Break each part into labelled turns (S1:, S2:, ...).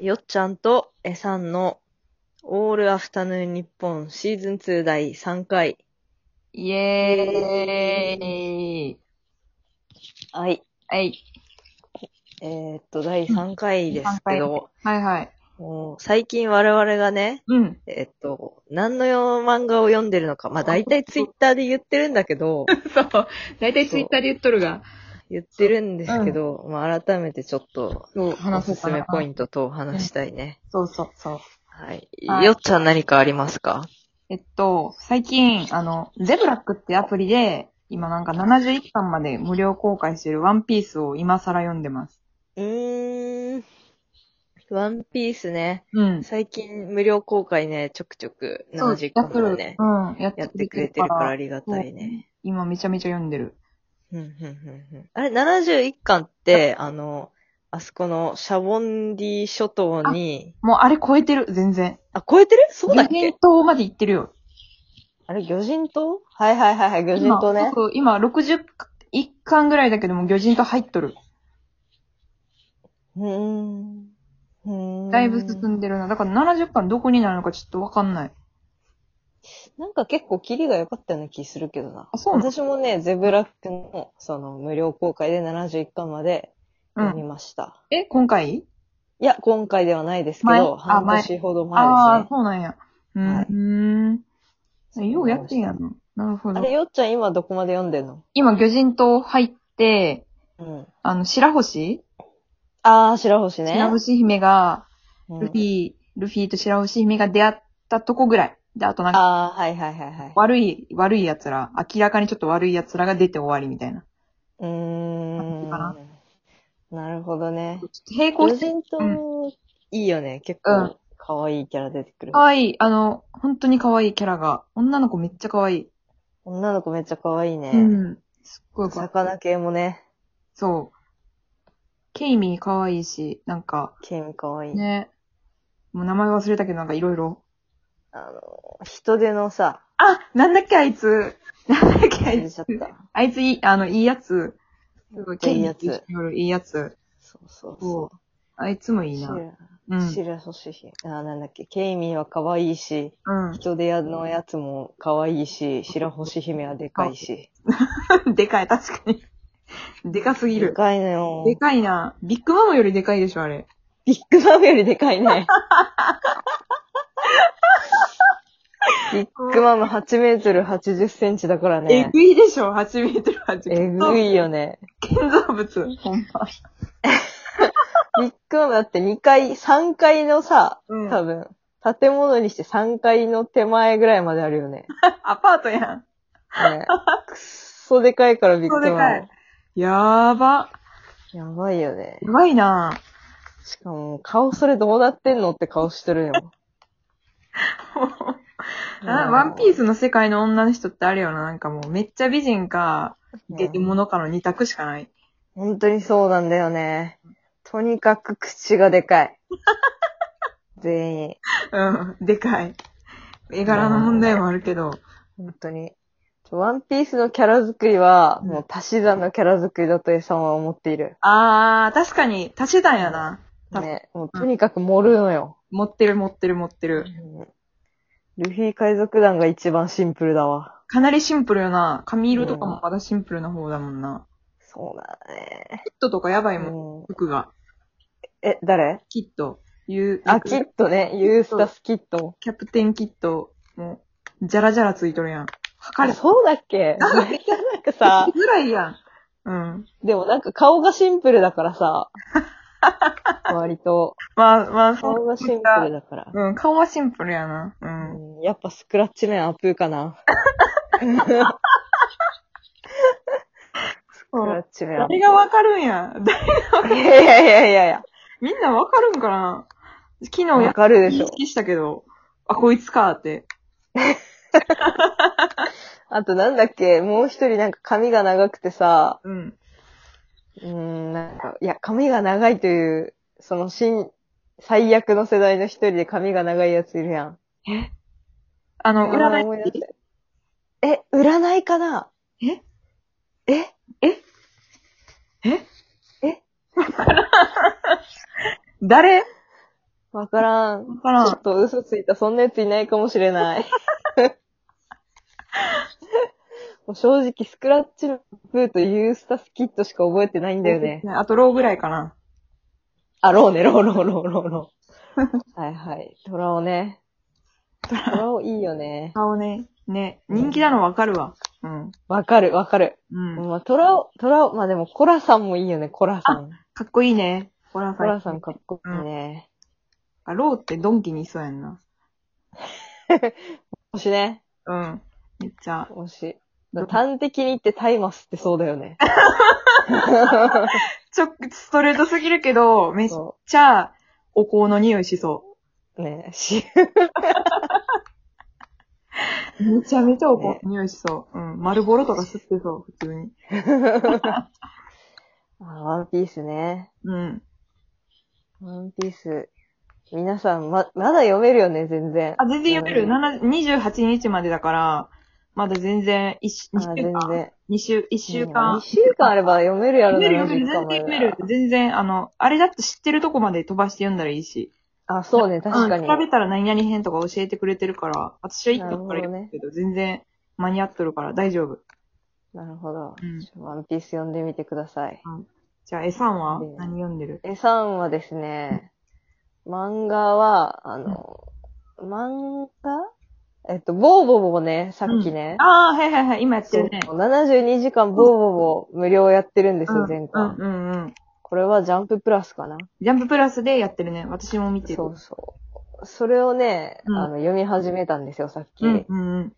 S1: よっちゃんとえさんのオールアフタヌーン日本シーズン2第3回。
S2: イエーイ
S1: はい。
S2: はい。
S1: えーっと、第3回ですけど、
S2: はいはい。
S1: もう最近我々がね、
S2: うん。
S1: えっと、何の漫画を読んでるのか、まあ大体ツイッターで言ってるんだけ ど、
S2: そう。だいたいツイッターで言っとるが。
S1: 言ってるんですけど、まあ改めてちょっと、
S2: そう、
S1: お
S2: 話そ
S1: す
S2: う
S1: す
S2: か
S1: め
S2: な。
S1: ポイントとお話したいね。
S2: そうそうそう。
S1: はい。
S2: はい
S1: よっちゃん何かありますか
S2: えっと、最近、あの、ゼブラックってアプリで、今なんか71巻まで無料公開してるワンピースを今更読んでます。
S1: うーん。ワンピースね。
S2: うん。
S1: 最近無料公開ね、ちょくちょく
S2: そう、
S1: 70
S2: や
S1: 巻
S2: っと
S1: も
S2: る。
S1: ね、
S2: うん、やっ
S1: やってくれてるからありがたいね。
S2: 今めちゃめちゃ読んでる。
S1: うんうんうんうんあれ、71巻って、あの、あそこのシャボンディ諸島に、
S2: もうあれ超えてる、全然。
S1: あ超えてるそうだっ
S2: 無限
S1: け
S2: 島まで行ってるよ。
S1: あれ、魚人島はいはいはいはい、魚人
S2: 今
S1: 島ね。
S2: そう今61巻ぐらいだけども、魚人島入っとる。
S1: うーん。うーん
S2: だいぶ進んでるな。だから70巻どこになるのかちょっとわかんない。
S1: なんか結構キリが良かったような気するけどな。
S2: あそうなの
S1: 私もね、ゼブラックの、その、無料公開で71巻まで
S2: う
S1: 読み
S2: ん。
S1: ました。
S2: え、今回
S1: いや、今回ではないですけ
S2: 前
S1: ど、
S2: あ
S1: 半年ほど前
S2: ああ
S1: で、すね。
S2: そうなんや。う
S1: は
S2: ーん。ようやってんやな。なるほ
S1: あ
S2: ど
S1: れ、。よっちゃん今どこまで読んでんの
S2: 今、魚人島入って、
S1: うん。
S2: あの、白星
S1: ああ、白星ね。
S2: 白星姫が、
S1: うん
S2: ルフィ、ルフィと白星姫が出会ったとこぐらい。で、あとなんか、
S1: ああ、はいはいはいはい。
S2: 悪い、悪い奴ら、明らかにちょっと悪い奴らが出て終わりみたいな。
S1: うーん。
S2: かな
S1: なるほどね
S2: ちょ。っと並行
S1: 魚
S2: して、
S1: 人島、いいよね。結
S2: う
S1: 構
S2: ん、
S1: 可愛いキャラ出てくる。
S2: 可愛い、あの、本当に可愛いキャラが、女の子めっちゃ可愛い。
S1: 女の子めっちゃ可愛いね。
S2: うん。すっごい可愛い
S1: 魚系もね、
S2: そう。ケイミー可愛いし、なんか、
S1: ケミ可愛い。
S2: ね。もう名前忘れたけど、なんかいろいろ。
S1: あの、人手のさ、
S2: あなんだっけあいつ。 なんだっけあ
S1: 出
S2: い
S1: ちゃ
S2: つ
S1: っ。た。
S2: あいついい、あの、いいやつ。すごい、ケ
S1: いい
S2: イミ
S1: や
S2: ー
S1: つ
S2: と一緒におるいいやつ。
S1: そうそうそ
S2: そう。あいつも
S1: う。
S2: いい
S1: シ
S2: な。
S1: ラ
S2: うん。う
S1: シラソシヒ。あー、なんだっけ。ケイミーは可愛いし、
S2: ん。
S1: 人手屋のやつも可愛いし、白星姫はでかいし。
S2: でかい、確かに。でかすぎ
S1: で
S2: る。
S1: かいのよ。
S2: でかいな。ビッグマムよりでかいでしょ、あれ。
S1: ビッグマムよりでかいね。ビッグマム8メートル80センチだから
S2: え
S1: ね。
S2: ぐいでしょ、8メートル8。
S1: えぐいよね。
S2: 建造物。ほんま。
S1: ビッグマムだって2階、3階のさ、
S2: うん。
S1: 多分、建物にして3階の手前ぐらいまであるよね。
S2: アパートやん。
S1: ねくっそでかいからビッグマ
S2: くっそでか
S1: ム
S2: い。やーば。
S1: やばいよね。
S2: やばいなぁ。
S1: しかも、顔それどうなってんのって顔してるよ。
S2: あワンピースの世界の女の人ってあれよな、なんかもうめっちゃ美人か、
S1: ス
S2: 出て物かの二択しかない。
S1: 本当にそうなんだよね。とにかく口がでか い。全員。
S2: うん、 でかい。絵柄の問題もあるけど。
S1: 本当に。ワンピースのキャラ作りは、
S2: うん
S1: もう足し算のキャラ作りだとエさんは思っている。
S2: あー、確かに、足し算やな。た
S1: ね。もうとにかく盛るのよ。
S2: 持ってる持ってる持ってる。
S1: ルフィ海賊団が一番シンプルだわ。
S2: かなりシンプルよな。髪色とかもまだシンプルな方だもんな。
S1: そうだね。
S2: キットとかやばいもん、
S1: うん
S2: 服が。
S1: え、誰
S2: キット。いう、
S1: あ、キットね。ユースタスキット。
S2: キャプテンキットも、じゃらじゃらついとるやん。
S1: あ
S2: 測
S1: れ、
S2: れ、
S1: そうだっけ なんかさ、
S2: ぐらいやん。うん。
S1: でもなんか顔がシンプルだから さ。割と。
S2: まあ、まあ、
S1: 顔がシンプルだから。
S2: うん、顔はシンプルやな。うん。
S1: うんやっぱスクラッチ面アップーか な。スクラッチ面アップ
S2: 誰がわかるんや。 だ
S1: ー。いやいやいやいやいや。
S2: みんなわかるんかな昨日や
S1: わ
S2: っ
S1: かる
S2: と
S1: でし
S2: 認
S1: ょ。
S2: 識したけど、あ、こいつかって。
S1: あとなんだっけ、もう一人なんか髪が長くてさ、
S2: うん。
S1: うーん、なんか、いや、髪が長いという、その新、最悪の世代の一人で髪が長いやついるやん。
S2: あの、
S1: あー思
S2: 占
S1: い
S2: い
S1: 出したえ、占いかな
S2: え
S1: え
S2: 誰
S1: わからん。ち
S2: わから
S1: ょ
S2: ん
S1: っ。と嘘ついた、そんなやついないかもしれ ない。もう正直、スクラッチのブーとユースタスキットしか覚えてないんだよね。
S2: あと、ローぐらいかな。
S1: あ、ローね、ローローローローロ ー。はいはい。トラオね。トラオいいよね。
S2: 顔ね。ね。人気なのわかるわ。うん。
S1: わかる、わかる。
S2: うん。
S1: まあ、トラオ、トラオ、まあでも、コラさんもいいよね、コラさん。
S2: かっこいいね。ホラー
S1: コラさんか
S2: っ
S1: っこいいね。
S2: こローってドンキにいそうやんな。
S1: もしね、
S2: うん。めっちゃ。
S1: もし。だから端的に言ってタイマスってそうだよ ね。
S2: ちょ、ストレートすぎるけど、めっ
S1: そ。
S2: ちゃ、お香の匂いしそう
S1: ね し、
S2: う。めちゃめちゃお香
S1: ね
S2: の匂いしそう。うん。丸ボロとか吸ってそう、普通に。
S1: あワンピースね。
S2: うん。
S1: ワンピース。皆さん、ま、まだ読めるよね、全然。
S2: あ、全然読める。
S1: うん
S2: 7 28日までだから、まだ全然、1週
S1: あ、
S2: 間。
S1: 全然。
S2: 2週、1週間
S1: 2。週間あれば読めるやろ
S2: 読める
S1: な
S2: 読める、全然読める。。全然、あの、あれだって知ってるとこまで飛ばして読んだらいいし。
S1: あ、そうね、確かに。
S2: うん調べたら何々編とか教えてくれてるから、私は一個から
S1: なるほど
S2: 言
S1: ね
S2: うけど、全然間に合っとるから大丈夫。
S1: なるほど。
S2: うん
S1: ちょワンピース読んでみてください。
S2: じゃあ、えさんは
S1: うん
S2: 何読んでる
S1: えさんはですね、漫画は、あの、漫画えっと、ボーボボね、さっきね。
S2: ああ、はいはいはい、今やって
S1: そう
S2: るね。
S1: 72時間ボーボボ無料やってるんですよ、全
S2: うん
S1: 巻。
S2: うんうん。
S1: これはジャンププラスかな。
S2: ジャンププラスでやってるね。私も見てる。
S1: そうそう。それをね、
S2: うん
S1: あの、読み始めたんですよ、さっき。
S2: うんうん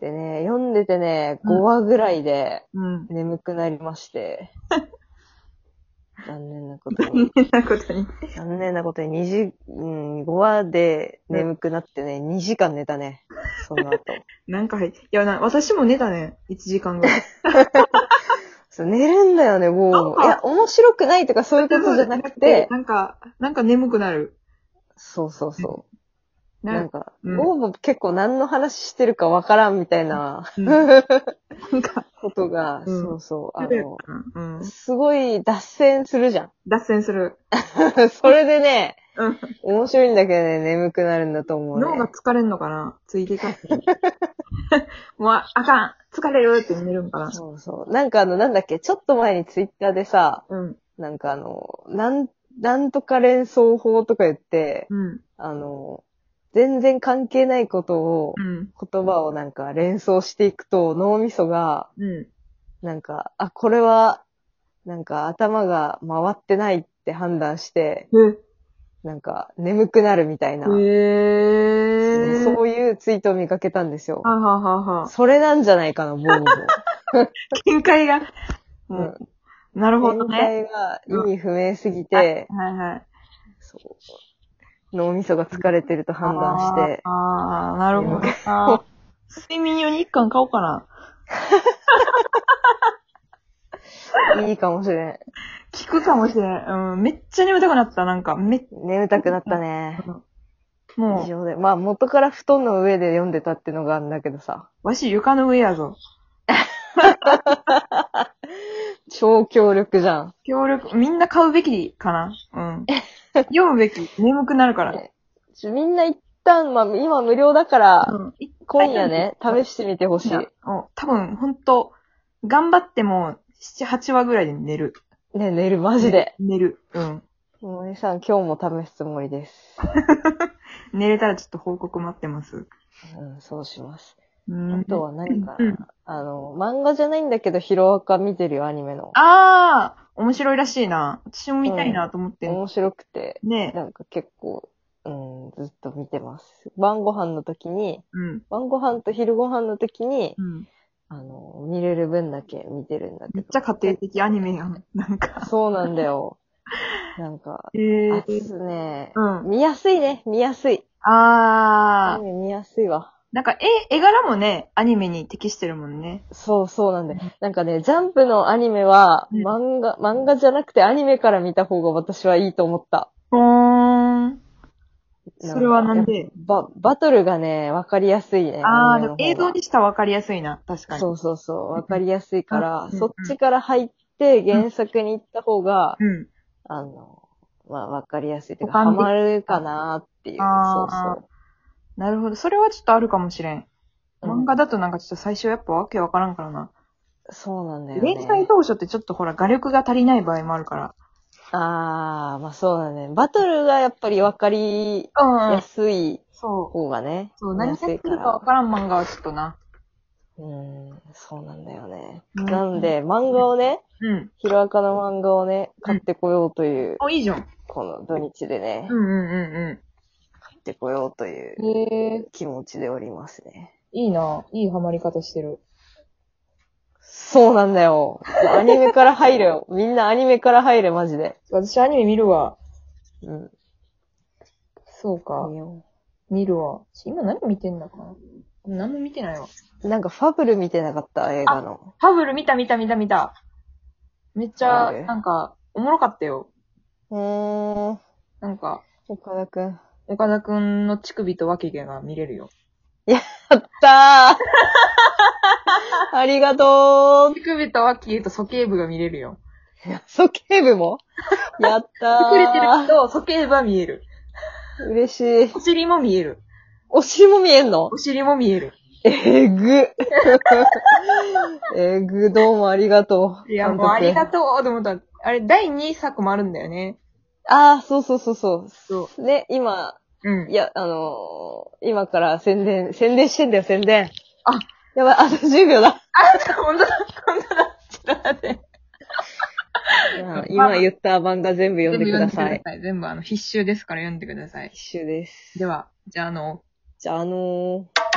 S1: でね、読んでてね、
S2: うん
S1: 5話ぐらいで
S2: うん。うん。
S1: 眠くなりま して。残念なことに。
S2: 変なことに。
S1: 残念なことに2時、うん、5話で眠くなってね、2時間寝たね。その後。
S2: なんかはい。いやな、私も寝たね。1時間ぐらい。
S1: そう寝るんだよね、もう。いや、面白くないとか そういうことじゃなくて、
S2: なんか、なんか眠くなる。
S1: そうそうそう。
S2: な
S1: なんん
S2: か、
S1: か、
S2: うん
S1: ボーボ結構何の話してるかわからんみたいな
S2: うんなんか、
S1: ことが、
S2: うん
S1: そうそう、 あ
S2: なんかやっ
S1: の、
S2: たなうん。
S1: すごい脱線するじゃ
S2: 脱線する。
S1: ん。 それでね、
S2: うん。
S1: 面白いんだけどね、眠くなるんだと思う、ね。
S2: 脳が疲れんのかなついてい かずにもう、あかん疲れるって寝るんかな
S1: そうそう。なんかあの、なんだっけ、ちょっと前にツイッターでさ、
S2: うん。
S1: なんかあの、なん、なんとか連想法とか言って、
S2: うん。
S1: あの、全然関係ないことを
S2: う、ん。
S1: 言葉をなんか連想していくと脳みそが、
S2: うん。
S1: なんか、あ、これは、なんか頭が回ってないって判断して、
S2: え、
S1: なんか眠くなるみたいな、
S2: えー。
S1: そういうツイートを見かけたんですよ。
S2: はあ、はあはあはあ、
S1: それなんじゃないかな、ボーボ
S2: 見解が、
S1: ボ。
S2: もうなるほど
S1: 展
S2: ね。
S1: 開が意味不明すぎて、
S2: はいはい。
S1: そう脳みそが疲れてると判断して、
S2: あーあー、なるほどな。睡眠用に一巻買おうかな。
S1: いいかもしれん。
S2: 効くかもしれん。うん。めっちゃ眠たくなった。なんか、めっ
S1: 眠たくなったね。
S2: も
S1: 異
S2: う、
S1: 常で。まあ、元から布団の上で読んでたってのがあるんだけどさ。
S2: わし床の上やぞ。
S1: 超強力じゃん。
S2: 協力、みんな買うべきかな。 うん。読むべき。眠くなるから。
S1: ちょみんな一旦、まあ、今無料だから、
S2: うん。
S1: 今夜ね、試してみてほしい。ね、
S2: うん多分、ほんと、頑張っても、7、8話ぐらいで寝る。
S1: 寝る、マジで。
S2: 寝る。うん。
S1: もえさん、今日も試すつもりです。
S2: 寝れたらちょっと報告待ってます。
S1: うん、そうします。
S2: う
S1: あ
S2: ん。
S1: とは何かな、
S2: うん
S1: あの、漫画じゃないんだけど、ヒロアカ見てるよ、アニメの。
S2: あー、面白いらしいな。私も見たいなと思ってんの。
S1: 面白くて、
S2: ねえ。
S1: なんか結構、うん、ずっと見てます。晩ご飯の時に、
S2: うん。
S1: 晩ご飯と昼ご飯の時に、
S2: うん。
S1: あの、見れる分だけ見てるんだ
S2: め
S1: け
S2: っちゃ家庭的アニメやん。 なん
S1: ど。
S2: か。
S1: そうなんだ よ。なんか、
S2: え
S1: あ
S2: ー。
S1: つね。
S2: うん。
S1: 見やすいね、見やすい。ア
S2: あ
S1: ニメ
S2: ー。
S1: 見やすいわ。
S2: なんか、絵、絵柄もね、アニメに適してるもんね。
S1: そうそうなんだよ。なんかね、ジャンプのアニメは、
S2: うん
S1: 漫画、漫画じゃなくてアニメから見た方が私はいいと思った。
S2: ほーん。
S1: か
S2: それはなんで
S1: バ、バトルがね、わかりやすいね。
S2: あー、
S1: アニメの方
S2: でも
S1: が
S2: 映像にしたらわかりやすいな。確かに。
S1: そうそうそう、わかりやすいから、
S2: うん
S1: そっちから入って原作に行った方が、
S2: うん。
S1: あの、まあ、わかりやすいというか、
S2: 保
S1: ハ
S2: 管でき
S1: マるかなっていう。
S2: あー
S1: そう
S2: なるほど。それはちょっとあるかもしれん。
S1: そう。
S2: 漫画
S1: うん
S2: だとなんかちょっと最初やっぱわけわからんからな。
S1: そうなんだよね。
S2: 連載当初ってちょっとほら、画力が足りない場合もあるから。
S1: ああ、まあそうだね。バトルがやっぱりわかり
S2: うん
S1: や。すい
S2: そう。
S1: 方がね。
S2: そう、
S1: 見や
S2: 何
S1: す
S2: 作
S1: い
S2: って
S1: から
S2: るかわからん漫画はちょっとな。
S1: うん、そうなんだよね。
S2: うん
S1: なので、漫画をね、
S2: うん。
S1: ヒロアカの漫画をね、買ってこようという、
S2: あ、いいじゃん。
S1: この土日でね
S2: うん、うんう
S1: 買ってこようとい
S2: んうん。へえ
S1: う、気持ちでおりますね。
S2: いいな。いいハマり方してる。
S1: そうなんだよ。アニメから入れ よ。みんなアニメから入れ、マジで。
S2: 私アニメ見るわ。
S1: うん。
S2: そうか
S1: 見。よ
S2: 見るわ。今何見てんだかな何も見てないわ。
S1: うなんかファブル見てなかった、映画の。
S2: ハブル見た見た見た見た。めっちゃ、
S1: えー
S2: なんか、おもろかったよ。
S1: うーん。
S2: なんか、
S1: 岡田くん。
S2: 岡田くんの乳首と脇毛が見れるよ。
S1: やったー ありがと
S2: 乳首と脇毛と鼠径部が見れるよ。
S1: う鼠径部もやったー
S2: 隠れてるけど、鼠径部は見える。
S1: 嬉しい。
S2: お尻も見える。
S1: お尻も見えんの
S2: お尻も見える。
S1: えぐ。 えぐ、どうもありがとう。
S2: いや、もうありが
S1: う。
S2: とうと思ったら、あれ、第2作もあるんだよね。
S1: ああ、そうそうそうそ。
S2: そう
S1: ね、今、
S2: う。うん
S1: い。や、あのー今から宣伝、宣伝してんだよ、宣伝。
S2: あ、
S1: やばい、あと10秒だ。
S2: 本当だ、本当だ。ちょっと待って。
S1: あ今言った漫画全部読んでください。
S2: い。全部、あの、必修ですから読んでください。
S1: 一緒です。
S2: では、じゃあ、あの、
S1: じゃあ、あのー